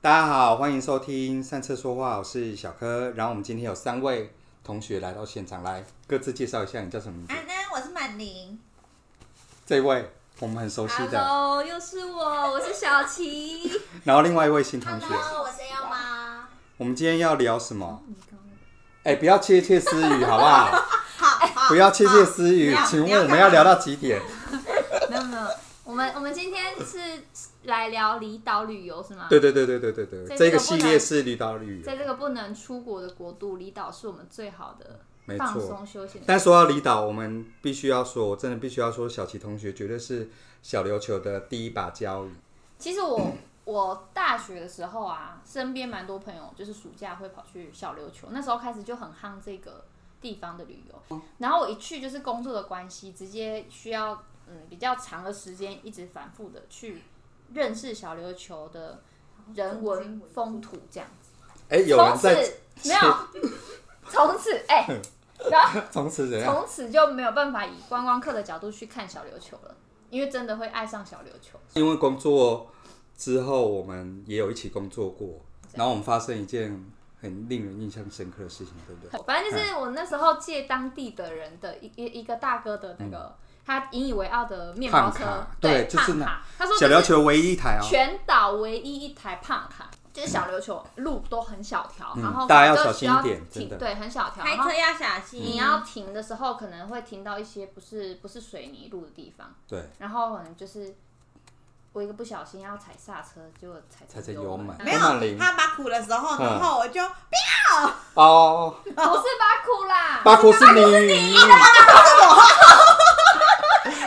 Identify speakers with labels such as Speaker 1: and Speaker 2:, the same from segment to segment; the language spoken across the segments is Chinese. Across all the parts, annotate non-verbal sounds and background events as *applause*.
Speaker 1: 大家好，欢迎收听《上车说话》，我是小柯。然后我们今天有三位同学来到现场，来各自介绍一下你叫什么名字。
Speaker 2: 啊
Speaker 3: 安安，我是满玲。
Speaker 1: 这位我们很熟悉的，
Speaker 2: Hello，又是我，我是小
Speaker 1: *laughs*
Speaker 2: 琪。
Speaker 1: 然后另外一位新同学，
Speaker 3: 我是幺妈。
Speaker 1: 我们今天要聊什么？
Speaker 2: 哦
Speaker 1: 哎，不要窃窃私语，好不
Speaker 2: *laughs*
Speaker 1: 好？
Speaker 3: 好，好
Speaker 1: 不要窃窃私语
Speaker 3: 好好，
Speaker 1: 请
Speaker 3: 不要
Speaker 1: 问我们要聊到几点？
Speaker 2: 没有没有，我们我们今天是来聊离岛旅游是吗？
Speaker 1: 对。对对对对对对，
Speaker 2: 这
Speaker 1: 这个
Speaker 2: 个
Speaker 1: 系
Speaker 2: 不
Speaker 1: 列
Speaker 2: 能
Speaker 1: 是绿岛旅游
Speaker 2: 在，这个不能出国的国度，离岛是我们最好的
Speaker 1: 没
Speaker 2: 放
Speaker 1: 错。
Speaker 2: 松休闲的。
Speaker 1: 但说到离岛，我们必须要说，我真的必须要说，小齐同学绝对是小琉球的第一把交椅。
Speaker 2: 其实我我大学的时候啊，身边蛮多朋友就是暑假会跑去小琉球，那时候开始就很夯这个地方的旅游。然后我一去就是工作的关系，直接需要嗯比较长的时间一直反复的去认识小琉球的人文风土这样子。
Speaker 1: 哎，有人
Speaker 2: 从此
Speaker 1: 在
Speaker 2: 没有，从此
Speaker 1: *laughs*
Speaker 2: 哎，然后。
Speaker 1: 从此怎样？
Speaker 2: 从此就没有办法以观光客的角度去看小琉球了，因为真的会爱上小琉球。
Speaker 1: 因为工作之后，我们也有一起工作过，然后我们发生一件很令人印象深刻的事情，对不对？
Speaker 2: 反正就是我那时候借当地的人的一一一个大哥的那个、他引以为傲的面
Speaker 1: 嗯
Speaker 2: 包
Speaker 1: 胖
Speaker 2: 车
Speaker 1: 卡，对
Speaker 2: 对，
Speaker 1: 就是
Speaker 2: 胖
Speaker 1: 那
Speaker 2: 卡。他说
Speaker 1: 小
Speaker 2: 这
Speaker 1: 琉
Speaker 2: 是
Speaker 1: 球唯一一台哦，
Speaker 2: 全岛唯一一台胖卡，就是小琉球路都很小条，
Speaker 1: 嗯
Speaker 2: 然后
Speaker 1: 大家要
Speaker 2: 就
Speaker 1: 小
Speaker 2: 需
Speaker 1: 心一点真
Speaker 2: 停
Speaker 1: 的
Speaker 2: 对，很小条，
Speaker 3: 开
Speaker 2: 然后
Speaker 3: 车要小心。
Speaker 1: 嗯
Speaker 2: 你要停的时候可能会停到一些不是不是水泥路的地方，
Speaker 1: 对，
Speaker 2: 然后可能就是。我一个不小心要踩刹车，结果踩
Speaker 1: 踩着
Speaker 2: 油
Speaker 1: 油门
Speaker 2: 嗯
Speaker 3: 没
Speaker 1: 满玲
Speaker 3: 有，他把苦的时候，然
Speaker 1: 嗯
Speaker 3: 后我就不
Speaker 1: 哦，
Speaker 2: 哎不是巴库啦，
Speaker 1: 八国是你，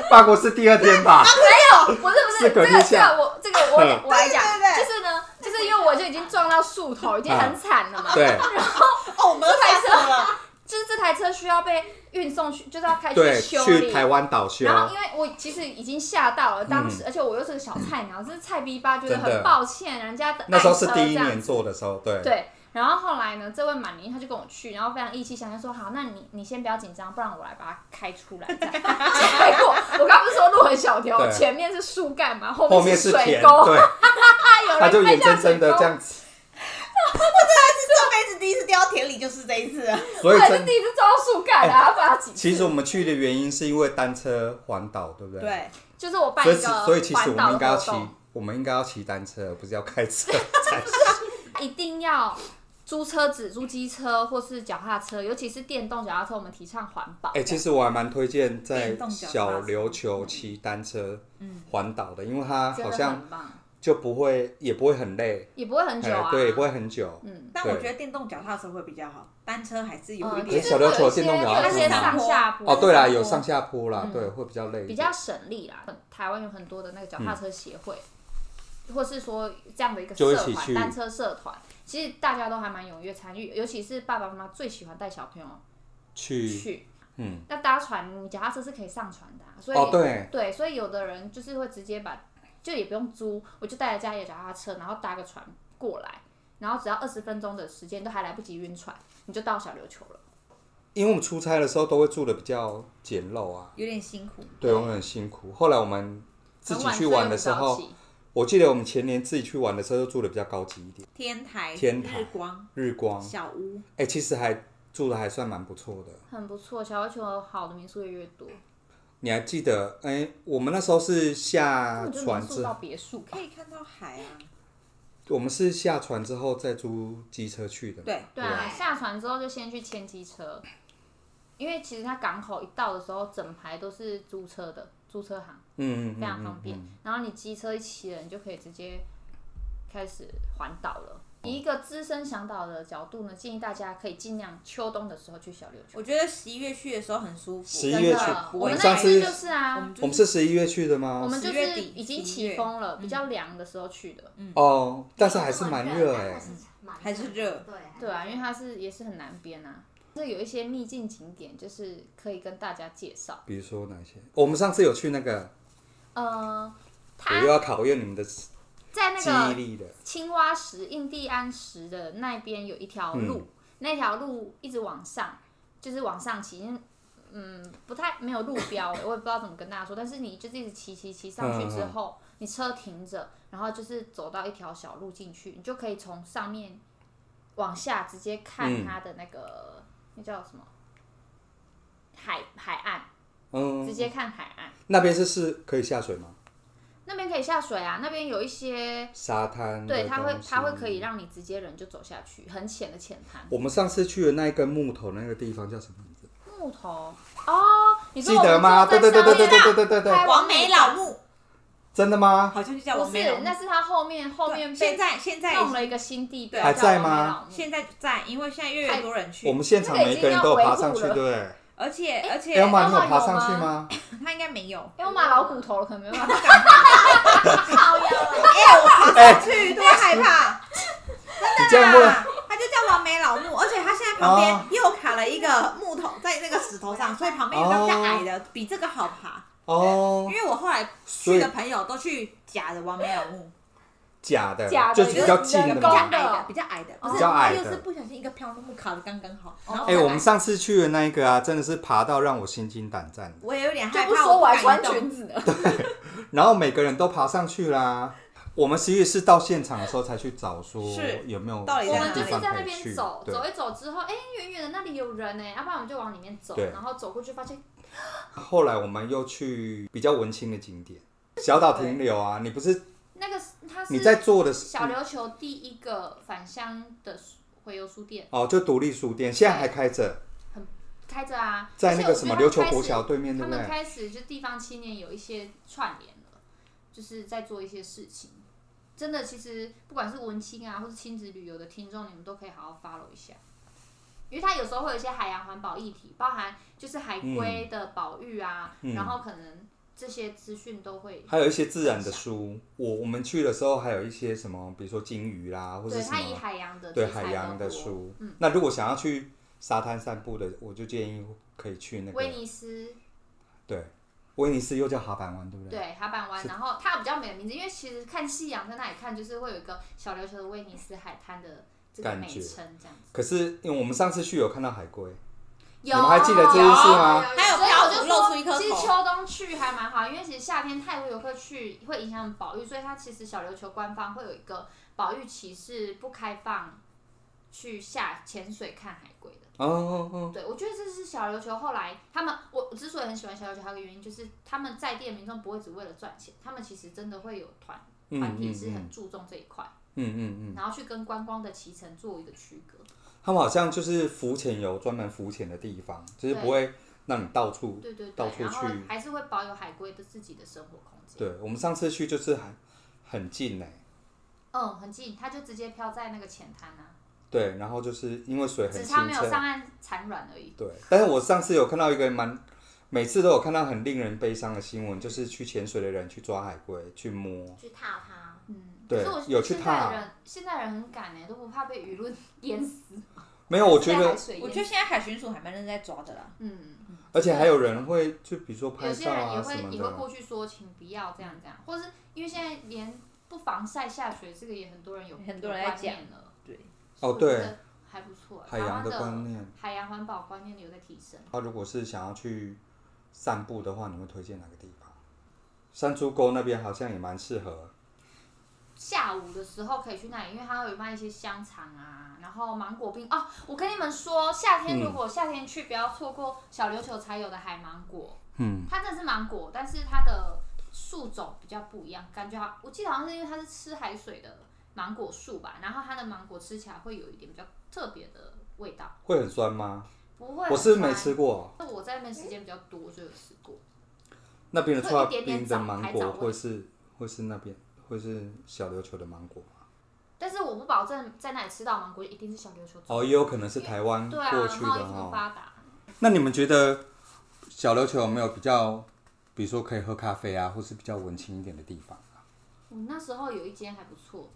Speaker 1: 八国是第二天吧？
Speaker 2: 没有，不是不
Speaker 1: 是
Speaker 2: 是，这
Speaker 1: 鬼
Speaker 2: 个
Speaker 1: 灭
Speaker 2: 这
Speaker 1: 下
Speaker 2: 个我这个我
Speaker 1: 嗯
Speaker 2: 我来讲
Speaker 3: 对对，对
Speaker 2: 就是呢，就是因为我就已经撞到树头，已经很惨了嘛，
Speaker 1: 啊对
Speaker 3: 哦，我们都吓死了。
Speaker 2: 就是这台车需要被运送去，就是要开
Speaker 1: 对，
Speaker 2: 修
Speaker 1: 去
Speaker 2: 理。
Speaker 1: 台湾岛修，嗯
Speaker 2: 然后，因为我其实已经吓到了，当时、而且我又是个小菜鸟，就是菜逼吧，觉得
Speaker 1: 真的
Speaker 2: 很抱歉人家的
Speaker 1: 那时候是
Speaker 2: 爱车
Speaker 1: 第一
Speaker 2: 这样
Speaker 1: 年做的时候，对
Speaker 2: 对，然后后来呢，这位满宁他就跟我去，然后非常意气相挺说：“好，那你你先不要紧张，不然我来把它开出来。”这
Speaker 1: *laughs*
Speaker 2: 样结果我刚不是说路很小条，
Speaker 1: 对
Speaker 2: 前面是树干嘛，后
Speaker 1: 后面是
Speaker 2: 水
Speaker 1: 田，
Speaker 2: 沟，
Speaker 1: 对，
Speaker 2: 他 *laughs* 有人
Speaker 1: 他就
Speaker 2: 开
Speaker 1: 眼
Speaker 2: 下
Speaker 1: 睁睁
Speaker 2: 水
Speaker 1: 的
Speaker 2: 沟
Speaker 1: 这。样子，
Speaker 3: 这辈子第一次掉到田里就是这一次了。
Speaker 1: 所以
Speaker 2: 我也是
Speaker 1: 真
Speaker 2: 第一次撞到树干啊，把它挤。
Speaker 1: 哎其实我们去的原因是因为单车环岛，对不对？。
Speaker 3: 对，
Speaker 2: 就是我办
Speaker 1: 所
Speaker 2: 一
Speaker 1: 以
Speaker 2: 个
Speaker 1: 其，所以其实我
Speaker 2: 环
Speaker 1: 们
Speaker 2: 岛
Speaker 1: 应该
Speaker 2: 的
Speaker 1: 要
Speaker 2: 活
Speaker 1: 骑
Speaker 2: 动，，
Speaker 1: 我们应该要骑单车，而不是要开车。 *laughs*
Speaker 2: 一定要租车子、租机车或是脚踏车，尤其是电动脚踏车，我们提倡环保。
Speaker 1: 哎、其实我还蛮推荐在
Speaker 3: 电动脚踏车
Speaker 1: 小琉球
Speaker 2: 嗯
Speaker 1: 骑单车环岛的，因为它
Speaker 2: 真
Speaker 1: 好
Speaker 2: 的
Speaker 1: 像
Speaker 2: 嗯很棒，
Speaker 1: 就不会，也不会很累，
Speaker 2: 也不会很久啊
Speaker 1: 哎，对，也不会很久。
Speaker 2: 嗯，
Speaker 3: 但我觉得电动脚踏车会比较好，单车还是有一
Speaker 1: 可
Speaker 2: 呃其
Speaker 1: 是
Speaker 2: 实
Speaker 1: 小
Speaker 3: 点。
Speaker 1: 琉球
Speaker 2: 有一
Speaker 1: 电动
Speaker 2: 些
Speaker 1: 脚踏
Speaker 2: 有一些
Speaker 1: 车
Speaker 2: 上
Speaker 3: 嘛
Speaker 2: 下坡
Speaker 1: 哦，对啦，
Speaker 2: 坡嗯
Speaker 1: 有上下坡啦，对，会比较累一点。
Speaker 2: 比较省力啦。台湾有很多的那个脚踏车协会，或是说这样的一
Speaker 1: 嗯
Speaker 2: 个
Speaker 1: 就一
Speaker 2: 社
Speaker 1: 起去
Speaker 2: 团、单车社团，其实大家都还蛮踊跃参与，尤其是爸爸妈妈最喜欢带小朋友
Speaker 1: 去，
Speaker 2: 去。
Speaker 1: 嗯，
Speaker 2: 那搭船，你脚踏车是可以上船的啊、所以、
Speaker 1: 哦，对，
Speaker 2: 对，所以有的人就是会直接把，就也不用租，我就带着家里的脚踏车，然后搭个船过来，然后只要二十分钟的时间都还来不及晕船，你就到小琉球了。
Speaker 1: 因为我们出差的时候都会住的比较简陋啊，
Speaker 3: 有点辛苦，
Speaker 1: 对我们很辛苦。后来我们自己去玩的时
Speaker 2: 很晚
Speaker 1: 候
Speaker 2: 睡，又不早起
Speaker 1: 我记得我们前年自己去玩的时候，就住的比较高级一点，
Speaker 3: 天台、
Speaker 1: 天台
Speaker 3: 日光、
Speaker 1: 日光，
Speaker 3: 小屋，
Speaker 1: 哎、其实还住的还算蛮不错的。
Speaker 2: 很不错，小琉球好的民宿也越多。
Speaker 1: 你还记得？哎、我们那时候是下
Speaker 2: 根本就
Speaker 1: 船
Speaker 2: 民
Speaker 1: 之
Speaker 2: 宿
Speaker 1: 后，
Speaker 2: 到别
Speaker 1: 嗯
Speaker 2: 墅吧
Speaker 3: 可以看到海啊。
Speaker 1: 我们是下船之后再租机车去的。
Speaker 3: 对
Speaker 2: 对啊，下船之后就先去牵机车，因为其实它港口一到的时候，整排都是租车的租车行，
Speaker 1: 嗯，嗯
Speaker 2: 非常方。便。
Speaker 1: 嗯嗯
Speaker 2: 然后你机车一骑了，你就可以直接开始环岛了。以一个资深向导的角度呢，建议大家可以尽量秋冬的时候去小琉球。
Speaker 3: 我觉得十一月去的时候很舒服。
Speaker 1: 十一
Speaker 2: 真
Speaker 1: 月去
Speaker 2: 的，
Speaker 3: 不
Speaker 2: 我
Speaker 3: 会
Speaker 2: 们
Speaker 1: 上
Speaker 2: 那一
Speaker 3: 太
Speaker 1: 次
Speaker 2: 次
Speaker 3: 热
Speaker 2: 就是啊，
Speaker 1: 我们是十一月去的吗？
Speaker 2: 我们就
Speaker 3: 十月
Speaker 2: 是
Speaker 3: 底
Speaker 2: 已经
Speaker 3: 十一月
Speaker 2: 起风了，比较
Speaker 1: 嗯
Speaker 2: 凉的时候去的。
Speaker 1: 哦，但是还是蛮热哎。
Speaker 3: 还是热
Speaker 4: 对
Speaker 2: 对啊，因为它是也是很南边啊，这有一些秘境景点，就是可以跟大家介绍。
Speaker 1: 比如说哪些？我们上次有去那个，
Speaker 2: 呃，
Speaker 1: 我
Speaker 2: 它
Speaker 1: 又要考验你们的记
Speaker 2: 在那
Speaker 1: 忆
Speaker 2: 个
Speaker 1: 力的。
Speaker 2: 青蛙石、印第安石的那边有一条路，那条路一直往上，就是往上骑，因为 *coughs* 嗯，不太没有路标、我也不知道怎么跟大家说，但是你就是一直骑骑骑上去之后，你车停着，然后就是走到一条小路进去，你就可以从上面往下直接看
Speaker 1: 嗯
Speaker 2: 它的那个、那叫什么海海岸，直
Speaker 1: 嗯，
Speaker 2: 接看海岸。
Speaker 1: 那边是是可以下水吗？
Speaker 2: 那边可以下水啊，那边有一些，
Speaker 1: 沙滩的
Speaker 2: 对，它会
Speaker 1: 东西
Speaker 2: 它会可以让你直接人就走下去，很浅的浅滩。
Speaker 1: 我们上次去的那一根木头那个地方叫什么名字？
Speaker 2: 木头哦，你说我
Speaker 1: 记
Speaker 2: 们
Speaker 1: 得吗
Speaker 2: 住在
Speaker 1: 对对对对
Speaker 2: 上面
Speaker 1: 对对对对
Speaker 2: 拍完
Speaker 3: 王美老木
Speaker 1: 真的吗？
Speaker 3: 好像就叫
Speaker 2: 不
Speaker 3: 王美老
Speaker 2: 是，
Speaker 3: 木
Speaker 2: 那。是它后面后面
Speaker 3: 对
Speaker 2: 被
Speaker 3: 现在现在
Speaker 2: 弄了一个新地标，
Speaker 1: 还
Speaker 2: 叫
Speaker 1: 在
Speaker 2: 王美
Speaker 1: 吗
Speaker 2: 老木
Speaker 3: 现在不在，因为现在越来越多人去
Speaker 1: 我，们现场每一个人都有爬上去，对
Speaker 2: 那个已
Speaker 1: 不对？
Speaker 3: 而且而且
Speaker 1: Elma，你有爬
Speaker 2: Elma 哎有
Speaker 1: 上去
Speaker 2: 吗 *laughs*
Speaker 1: 吗？
Speaker 3: 他应该没 *laughs* 有。
Speaker 2: 因为我买老骨头了，可能没办
Speaker 1: *laughs*
Speaker 2: 法。
Speaker 3: 哎，我爬上去多害怕，
Speaker 1: 你这样
Speaker 2: 啊
Speaker 1: 问，
Speaker 3: 他就叫王美老木，而且他现在旁边
Speaker 1: 哦
Speaker 3: 又卡了一个木头在那个石头上，所以旁边有一个比较矮的，比这个好爬。因
Speaker 1: 哦，
Speaker 3: 为我后来去的朋友都去假的王美老木，
Speaker 1: 假的，
Speaker 2: 假的
Speaker 1: 就是比较
Speaker 2: 人
Speaker 1: 近的
Speaker 2: 人
Speaker 3: 比较
Speaker 2: 工
Speaker 1: 嘛
Speaker 3: 矮。的，哦比较矮的，不
Speaker 1: 比
Speaker 3: 是，
Speaker 1: 较
Speaker 3: 他
Speaker 1: 矮
Speaker 3: 又
Speaker 1: 的
Speaker 3: 是不小心一个漂木木卡的刚刚好，然后
Speaker 1: 哎、
Speaker 3: 再来
Speaker 1: 我们上次去的那一个啊，真的是爬到让我心惊胆战的。
Speaker 3: 我也有点
Speaker 2: 就
Speaker 3: *laughs* 害
Speaker 2: 不
Speaker 3: 怕，
Speaker 2: 说我还
Speaker 3: 我
Speaker 2: 穿
Speaker 3: 不敢
Speaker 2: 裙
Speaker 3: 动。
Speaker 2: 子呢，
Speaker 1: 然后每个人都爬上去啦。我们其实是到现场的时候才去找，说
Speaker 3: 是
Speaker 1: 有没有
Speaker 3: 到底
Speaker 2: 我
Speaker 3: 在
Speaker 2: 们
Speaker 3: 哪里
Speaker 2: 就
Speaker 1: 地
Speaker 2: 是
Speaker 1: 方
Speaker 2: 在那
Speaker 1: 可以
Speaker 2: 边
Speaker 1: 去。
Speaker 2: 走，
Speaker 1: 对
Speaker 2: 走一走之后，哎，远远的那里有人呢，要啊不然我们就往里面走，
Speaker 1: 对
Speaker 2: 然后走过去发现
Speaker 1: 后来我们又去比较文青的景点，小岛停留啊。你不是
Speaker 2: 那个是它
Speaker 1: 你在
Speaker 2: 是
Speaker 1: 做的是
Speaker 2: 小琉球第一个返乡的回游书店，
Speaker 1: 哦，就独立书店，现在还开着，
Speaker 2: 开着啊，
Speaker 1: 在那个什么
Speaker 2: 而且
Speaker 1: 琉
Speaker 2: 我觉
Speaker 1: 球
Speaker 2: 得他们
Speaker 1: 国
Speaker 2: 开始
Speaker 1: 小对面，对
Speaker 2: 他
Speaker 1: 不对
Speaker 2: 们？开始就地方青年有一些串联了，就是在做一些事情。真的，其实不管是文青啊，或是亲子旅游的听众，你们都可以好好 follow 一下，因为它有时候会有一些海洋环保议题，包含就是海龟的保育啊，
Speaker 1: 嗯
Speaker 2: 然后可能这些资讯都会。
Speaker 1: 还有一些自然的书，我我们去的时候还有一些什么，比如说金鱼啦，或者
Speaker 2: 对，
Speaker 1: 什
Speaker 2: 它以
Speaker 1: 么
Speaker 2: 海洋的
Speaker 1: 对
Speaker 2: 题材
Speaker 1: 海洋
Speaker 2: 比较
Speaker 1: 的
Speaker 2: 多
Speaker 1: 书
Speaker 2: 嗯。
Speaker 1: 那如果想要去沙滩散步的，我就建议可以去那
Speaker 2: 威
Speaker 1: 个
Speaker 2: 尼斯
Speaker 1: 对威尼斯又叫哈板湾，对不对？
Speaker 2: 对海板湾，
Speaker 1: 是
Speaker 2: 然后它有比较美的名字，因为其实看夕阳在那里看，就是会有一个小琉球的威尼斯海滩的这个
Speaker 1: 感
Speaker 2: 美
Speaker 1: 觉
Speaker 2: 称这样子。
Speaker 1: 可是因为我们上次去有看到海龟，
Speaker 2: 有，
Speaker 1: 你们还记得这件事吗
Speaker 2: 有有有
Speaker 3: 还有
Speaker 2: 所以我就
Speaker 3: 漂浮露
Speaker 2: 说，
Speaker 3: 出一颗头
Speaker 2: 其实秋冬去还蛮好，因为其实夏天太多游客去会影响保育，所以它其实小琉球官方会有一个保育期是不开放去下潜水看海龟的。
Speaker 1: 哦哦哦，
Speaker 2: 对，我觉得这是小琉球后来他们，我我之所以很喜欢小琉球，还有一个原因就是他们在地的民众不会只为了赚钱，他们其实真的会有团
Speaker 1: 嗯
Speaker 2: 团体
Speaker 1: 嗯
Speaker 2: 是很注重这一块，
Speaker 1: 嗯嗯嗯，
Speaker 2: 然后去跟观光的骑乘做一个区隔。
Speaker 1: 他们好像就是浮潜有专门浮潜的地方，就是
Speaker 2: 对
Speaker 1: 不会让你到处
Speaker 2: 对对
Speaker 1: 到
Speaker 2: 对，
Speaker 1: 处
Speaker 2: 然后
Speaker 1: 去
Speaker 2: 还是会保有海龟的自己的生活空间。
Speaker 1: 对，我们上次去就是很很近呢、欸
Speaker 2: 嗯，很近，它就直接飘在那个浅滩啊，
Speaker 1: 对，然后就是因为水很
Speaker 2: 只
Speaker 1: 清
Speaker 2: 差没有
Speaker 1: 澈，
Speaker 2: 上岸产卵而已。
Speaker 1: 对。但是我上次有看到一个蛮，每次都有看到很令人悲伤的新闻，就是去潜水的人去抓海龟去摸，
Speaker 3: 去踏它，
Speaker 2: 嗯，
Speaker 1: 对
Speaker 2: 可是我
Speaker 1: 有去
Speaker 2: 现在
Speaker 1: 踏啊
Speaker 2: 的人，现在人很敢哎、都不怕被舆论
Speaker 1: *laughs*
Speaker 2: 淹死。
Speaker 1: 没有，我觉
Speaker 2: 被
Speaker 1: 得
Speaker 2: 海，水淹
Speaker 3: 我觉得现在海巡署还蛮认真在抓的啦。
Speaker 2: 嗯，
Speaker 1: 而且还有人会就比如说
Speaker 2: 有
Speaker 1: 拍
Speaker 2: 些
Speaker 1: 照
Speaker 2: 人也
Speaker 1: 啊什
Speaker 2: 会
Speaker 1: 么
Speaker 2: 也会
Speaker 1: 的，
Speaker 2: 过去说，请不要这样这样，或是因为现在连不防晒下水这个也很多人有
Speaker 3: 很多人在
Speaker 2: 有观念了。
Speaker 3: 对，
Speaker 1: 哦
Speaker 2: 所以我觉
Speaker 1: 对
Speaker 2: 得还不错。
Speaker 1: 海
Speaker 2: 台湾
Speaker 1: 洋的
Speaker 2: 的
Speaker 1: 观念。
Speaker 2: 海洋环保观念有在提升。
Speaker 1: 那如果是想要去散步的话，你会推荐哪个地方？山猪沟那边好像也蛮适合，
Speaker 2: 下午的时候可以去那里，因为它有卖一些香肠啊，然后芒果冰哦。我跟你们说，夏
Speaker 1: 嗯
Speaker 2: 天如果夏天去，不要错过小琉球才有的海芒果。
Speaker 1: 嗯，
Speaker 2: 它真的是芒果，但是它的树种比较不一样，感觉好，我记得好像是因为它是吃海水的芒果树吧，然后它的芒果吃起来会有一点比较特别的味道，
Speaker 1: 会很酸吗？
Speaker 2: 不会。
Speaker 1: 我是没，吃过
Speaker 2: 但我在那边时间比较多，就有吃过。
Speaker 1: 那边的
Speaker 2: 会有
Speaker 1: 刨
Speaker 2: 一点点
Speaker 1: 冰
Speaker 2: 枣
Speaker 1: 的芒
Speaker 2: 海
Speaker 1: 果
Speaker 2: 藻，味
Speaker 1: 会是会是那边会是小琉球的芒果吗？
Speaker 2: 但是我不保证在那里吃到芒果一定是小琉球种
Speaker 1: 哦，也有可能是台湾
Speaker 2: 对啊，
Speaker 1: 过去
Speaker 2: 贸易
Speaker 1: 的
Speaker 2: 这么
Speaker 1: 哈。
Speaker 2: 发达。
Speaker 1: 那你们觉得小琉球有没有比较，比如说可以喝咖啡啊，或是比较文青一点的地方？
Speaker 2: 我那时候有一间还不错，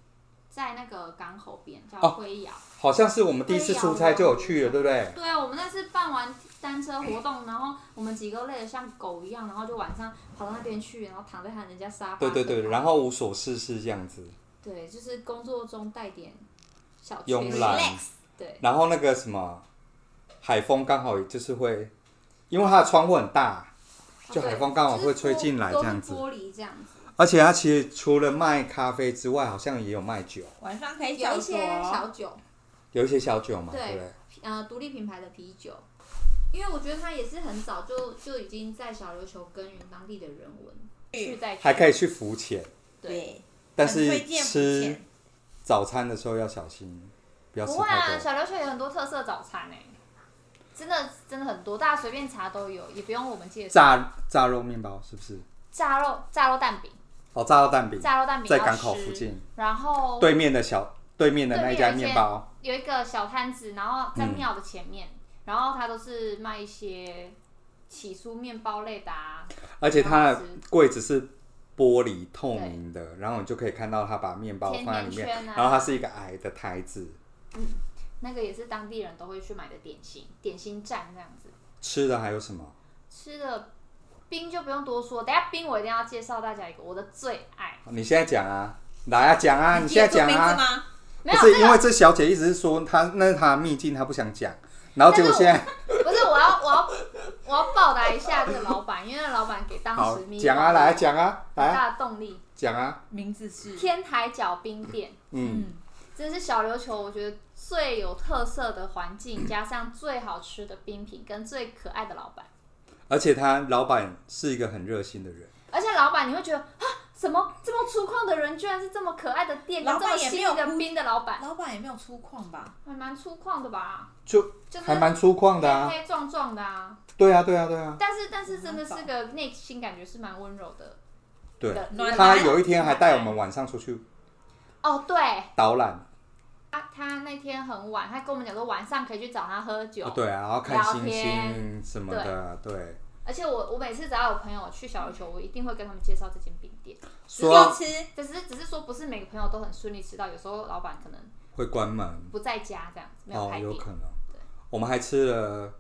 Speaker 2: 在那个港口边叫
Speaker 1: 哦
Speaker 2: 灰窑。
Speaker 1: 好像是我们第一次出差就有去了，对不对？
Speaker 2: 对啊，我们那次办完单车活动，然后我们几个累得像狗一样，然后就晚上跑到那边去，然后躺在他人家沙发。
Speaker 1: 对对对，然后无所事事这样子，
Speaker 2: 对，就是工作中带点小确
Speaker 1: 慵
Speaker 2: 幸。
Speaker 1: 懒。
Speaker 3: Relax
Speaker 2: 对，
Speaker 1: 然后那个什么，海风刚好就是会，因为它的窗户很大，就海风刚好会吹进来这样子
Speaker 2: 哦都是玻璃这样子。
Speaker 1: 而且它其实除了卖咖啡之外，好像也有卖酒，
Speaker 3: 晚上可以
Speaker 2: 有
Speaker 3: 小
Speaker 2: 一
Speaker 3: 酌
Speaker 2: 些小
Speaker 3: 哦。
Speaker 2: 酒，
Speaker 1: 有一些小酒嘛，
Speaker 2: 对
Speaker 1: 对不对？
Speaker 2: 呃，独立品牌的啤酒，因为我觉得它也是很早就就已经在小琉球耕耘当地的人文，去再去
Speaker 1: 还可以去浮潜，
Speaker 2: 对。
Speaker 3: 对，
Speaker 1: 但
Speaker 3: 很
Speaker 1: 是
Speaker 3: 推荐福
Speaker 1: 吃
Speaker 3: 建
Speaker 1: 早餐的时候要小心，不要吃
Speaker 2: 不会啊，
Speaker 1: 太多。
Speaker 2: 小琉球有很多特色早餐哎、真的真的很多，大家随便查都有，也不用我们介绍。
Speaker 1: 炸炸肉面包是不是？
Speaker 2: 炸肉炸肉蛋饼，
Speaker 1: 哦，炸肉蛋饼，
Speaker 2: 炸肉蛋饼
Speaker 1: 在
Speaker 2: 要
Speaker 1: 港口
Speaker 2: 吃
Speaker 1: 附近，
Speaker 2: 然后
Speaker 1: 对面的小对面的那一家面包，
Speaker 2: 有一个小摊子，然后
Speaker 1: 嗯
Speaker 2: 在庙的前面，然后它都是卖一些起酥面包类的啊，
Speaker 1: 而且它的
Speaker 2: 好吃
Speaker 1: 柜子是玻璃透明的，然后你就可以看到他把面包放在里面，
Speaker 2: 甜甜圈啊
Speaker 1: 然后它是一个矮的台子，
Speaker 2: 那个也是当地人都会去买的点心，点心站这样子。
Speaker 1: 吃的还有什么？
Speaker 2: 吃的冰就不用多说，等一下冰我一定要介绍大家一个我的最爱，
Speaker 1: 你现在讲啊，来啊讲啊，你现在
Speaker 3: 记
Speaker 1: 讲
Speaker 3: 得住名字
Speaker 1: 啊，
Speaker 3: 吗？
Speaker 2: 没
Speaker 1: 不
Speaker 2: 有
Speaker 1: 是
Speaker 2: 这
Speaker 1: 因
Speaker 2: 个
Speaker 1: 为这小姐一直是说她那是她的秘境，她不想讲，然后结果现在
Speaker 2: 不是我要我要我要报答一下这个老板，因为老板给当
Speaker 1: 好
Speaker 2: 时咪
Speaker 1: 讲啊，来讲啊，
Speaker 2: 很
Speaker 1: 来啊
Speaker 2: 大的动力。
Speaker 1: 讲啊，
Speaker 3: 名字是
Speaker 2: 天台角冰店，
Speaker 1: 嗯，
Speaker 2: 这是小琉球我觉得最有特色的环境，加上最好吃的冰品跟最可爱的老板，
Speaker 1: 而且她老板是一个很热心的人，
Speaker 2: 而且老板你会觉得啊，什么这么粗犷的人，居然是这么可爱的店，跟
Speaker 3: 老
Speaker 2: 这
Speaker 3: 板
Speaker 2: 么
Speaker 3: 也
Speaker 2: 细
Speaker 3: 没有
Speaker 2: 腻的
Speaker 3: 哭
Speaker 2: 冰的老板，
Speaker 3: 老板也没有粗犷吧？
Speaker 2: 还蛮粗犷的吧？
Speaker 1: 就
Speaker 2: 就是
Speaker 1: 还蛮粗犷的啊，
Speaker 2: 黑黑壮壮的啊，
Speaker 1: 对啊对啊对啊，
Speaker 2: 但是但是真的是个内心感觉是蛮温柔的。
Speaker 1: 对
Speaker 2: 的
Speaker 3: 暖
Speaker 1: 她
Speaker 3: 男
Speaker 1: 有一天还带我们晚上出去
Speaker 2: 哦，对，
Speaker 1: 导览，
Speaker 2: 他他那天很晚，他跟我们讲说晚上可以去找他喝酒。
Speaker 1: 哦对啊，然后看
Speaker 2: 聊
Speaker 1: 星
Speaker 2: 天
Speaker 1: 星什么的，对。
Speaker 2: 而且我我每次只要有朋友去小琉球，我一定会跟他们介绍这间饼店。
Speaker 1: 说啊
Speaker 3: 要
Speaker 1: 到
Speaker 3: 吃
Speaker 2: 只是只是说不是每个朋友都很顺利吃到，有时候老板可能
Speaker 1: 会关门
Speaker 2: 不在家这样子，没有
Speaker 1: 哦，
Speaker 2: 开
Speaker 1: 有
Speaker 2: 店
Speaker 1: 可能
Speaker 2: 对。
Speaker 1: 我们还吃了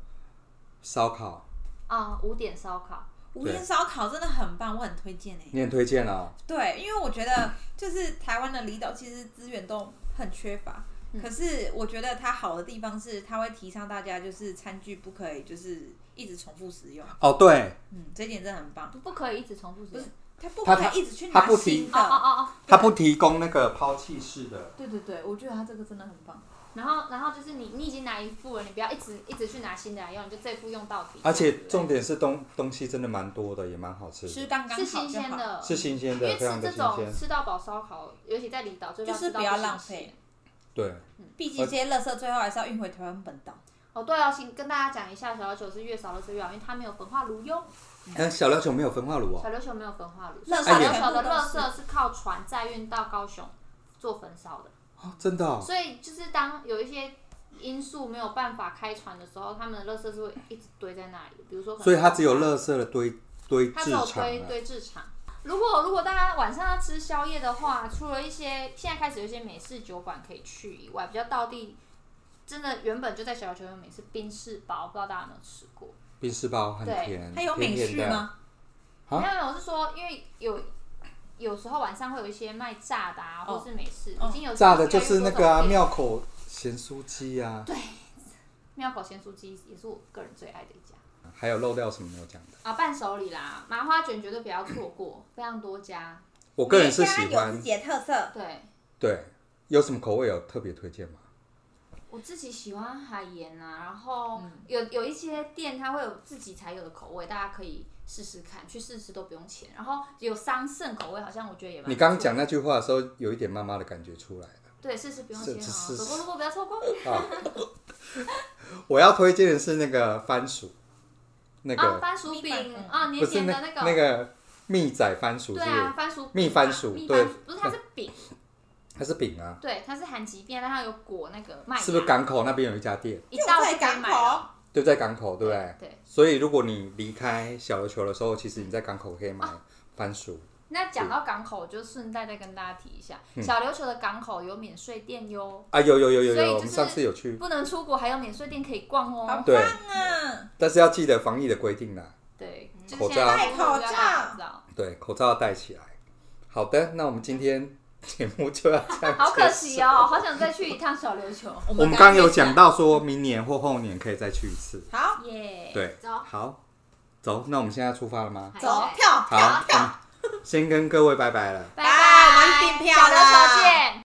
Speaker 1: 烧烤，
Speaker 2: 啊。五、点烧烤，
Speaker 3: 无烟烧烤真的很棒，我很推荐哎、
Speaker 1: 你很推荐哦。
Speaker 3: 对，因为我觉得就是台湾的离岛其实资源都很缺乏，
Speaker 2: 嗯
Speaker 3: 可是我觉得它好的地方是它会提倡大家就是餐具不可以就是一直重复使用，
Speaker 1: 哦，对，
Speaker 3: 嗯，这一点真的很棒。
Speaker 2: 不不可以一直重复使用。
Speaker 3: 它不
Speaker 1: 它
Speaker 3: 可
Speaker 1: 它
Speaker 3: 以一直去
Speaker 1: 它
Speaker 3: 拿
Speaker 1: 不提
Speaker 3: 新
Speaker 2: 哦哦
Speaker 3: 的，
Speaker 2: 哦哦，
Speaker 1: 它不提供那个抛弃式的，
Speaker 3: 对对对，我觉得它这个真的很棒。
Speaker 2: 然后然后就是你你已经拿一副了，你不要一直一直去拿新的来啊用，你就这副用到底。
Speaker 1: 而且
Speaker 2: 对
Speaker 1: 重点是东东西真的蛮多的，也蛮好吃
Speaker 3: 吃
Speaker 1: 的，
Speaker 3: 刚刚
Speaker 2: 是
Speaker 3: 好
Speaker 2: 新
Speaker 3: 就
Speaker 2: 鲜
Speaker 3: 好。
Speaker 2: 的，
Speaker 1: 是新鲜
Speaker 2: 因
Speaker 1: 的，
Speaker 2: 为
Speaker 1: 非
Speaker 2: 吃
Speaker 1: 常的
Speaker 2: 这
Speaker 1: 新
Speaker 2: 种
Speaker 1: 鲜。
Speaker 2: 吃到饱烧烤，尤其在离岛，就
Speaker 3: 就是不要浪费。
Speaker 1: 对，
Speaker 3: 毕竟这些垃圾最后还是要运回台湾本岛。
Speaker 2: 哦，对哦，请跟大家讲一下，小琉球是越少的是越好，因为它没有焚化炉哟。
Speaker 1: 哎，小琉球没有焚化炉哦，
Speaker 2: 小琉球没有焚化炉，
Speaker 3: 垃圾
Speaker 2: 小
Speaker 1: 哎
Speaker 2: 琉
Speaker 3: 全
Speaker 2: 球
Speaker 3: 部
Speaker 2: 的
Speaker 3: 都
Speaker 2: 垃
Speaker 3: 是
Speaker 2: 圾是靠船再运到高雄做焚烧的，
Speaker 1: 哦真的哦，
Speaker 2: 所以就是当有一些因素没有办法开船的时候，他们的垃圾是会一直堆在那里的，比如说可能
Speaker 1: 所以它只有垃圾的堆堆
Speaker 2: 它只
Speaker 1: 置
Speaker 2: 有
Speaker 1: 场
Speaker 2: 堆
Speaker 1: 了。
Speaker 2: 堆置场。如果如果大家晚上要吃宵夜的话，除了一些现在开始有一些美式酒馆可以去以外，比较道地，真的原本就在小琉球有美式冰室包，不知道大家有没有吃过？
Speaker 1: 冰室包很
Speaker 2: 对
Speaker 1: 甜，
Speaker 3: 它有美
Speaker 1: 甜甜
Speaker 3: 式
Speaker 1: 的？
Speaker 3: 吗？
Speaker 1: 啊
Speaker 2: 没有没有，我是说，因为有有时候晚上会有一些卖炸的啊，
Speaker 3: 哦
Speaker 2: 或是美式，
Speaker 3: 哦
Speaker 2: 已经有
Speaker 1: 炸的就是那个啊，
Speaker 2: 越来越多这种店
Speaker 1: 庙口咸酥鸡啊，
Speaker 2: 庙口咸酥鸡，也是我个人最爱的一家
Speaker 1: 还有漏掉什么没有讲的？
Speaker 2: 啊，伴手礼啦，麻花卷绝对不要错过，非常多家，
Speaker 1: 我个人是
Speaker 3: 每家
Speaker 1: 喜
Speaker 3: 有
Speaker 1: 欢
Speaker 3: 自，己的特色，
Speaker 2: 对。
Speaker 1: 对，有什么口味有特别推荐吗？
Speaker 2: 我自己喜欢海盐啊，然后
Speaker 1: 嗯
Speaker 2: 有有一些店它会有自己才有的口味，大家可以试试看，去试吃都不用钱。然后有桑葚口味，好像我觉得也蛮不错的。
Speaker 1: 你刚刚讲那句话的时候，有一点妈妈的感觉出来了。
Speaker 2: 对试试不用
Speaker 1: 是
Speaker 2: 钱
Speaker 1: 是
Speaker 2: 哦，
Speaker 1: 是
Speaker 2: 走过路过不要错过。
Speaker 1: 我要推荐的是那个番薯，那
Speaker 2: 啊，
Speaker 1: 个、
Speaker 2: 番薯
Speaker 3: 蜜
Speaker 2: 饼
Speaker 3: 粉
Speaker 2: 啊，
Speaker 1: 不
Speaker 2: 黏
Speaker 1: 是
Speaker 2: 黏
Speaker 1: 那
Speaker 2: 的个
Speaker 1: 那个蜜仔番薯是不
Speaker 2: 对
Speaker 1: 是，
Speaker 2: 啊，番薯饼
Speaker 1: 蜜
Speaker 2: 嘛
Speaker 1: 番薯
Speaker 2: 蜜
Speaker 1: 对
Speaker 2: 番薯不是它是饼，
Speaker 1: 它是饼啊，
Speaker 2: 对，它是含吉饼，但它有裹那个麦芽，
Speaker 1: 是不是港口那边有一家店？
Speaker 2: 一到
Speaker 3: 就
Speaker 2: 就
Speaker 3: 在
Speaker 2: 可以
Speaker 3: 港
Speaker 2: 买啊
Speaker 3: 口
Speaker 2: 了，？
Speaker 1: 就在港口，对不对？
Speaker 2: 对。
Speaker 1: 所以如果你离开小琉球的时候，其实你在港口可以买
Speaker 2: 啊
Speaker 1: 番薯，
Speaker 2: 那
Speaker 1: 嗯
Speaker 2: 讲到港口，我就顺带再跟大家提一下，小琉球的港口有免税店哟，
Speaker 1: 啊，有有有有
Speaker 2: 所以
Speaker 1: 有，
Speaker 2: 就是
Speaker 1: 我们上次有去，
Speaker 2: 不能出国还有免税店可以逛
Speaker 3: 好
Speaker 2: 哦。
Speaker 1: 对
Speaker 3: 棒啊！
Speaker 1: 但是要记得防疫的规定啦，
Speaker 2: 对，就是
Speaker 1: 口
Speaker 2: 现
Speaker 1: 罩
Speaker 2: 在出国就要戴口罩，
Speaker 1: 对，口罩要戴起来。好的，那我们今天节目就要这样
Speaker 2: *laughs* 好可
Speaker 1: 结束 *laughs*
Speaker 2: 惜哦，好想再去一趟小琉球，
Speaker 1: 我们刚刚有讲到说明年或后年可以再去一次。
Speaker 3: 好，
Speaker 2: 耶。
Speaker 1: 对，
Speaker 2: 走，
Speaker 1: 好，走，那我们现在出发了吗？
Speaker 3: 走
Speaker 2: 好
Speaker 3: 跳
Speaker 1: 好
Speaker 3: 跳跳。，
Speaker 1: 嗯
Speaker 5: 先跟各位拜拜了。
Speaker 2: 拜
Speaker 1: 拜我们去订票
Speaker 2: 小刘
Speaker 1: 啦
Speaker 2: 球见。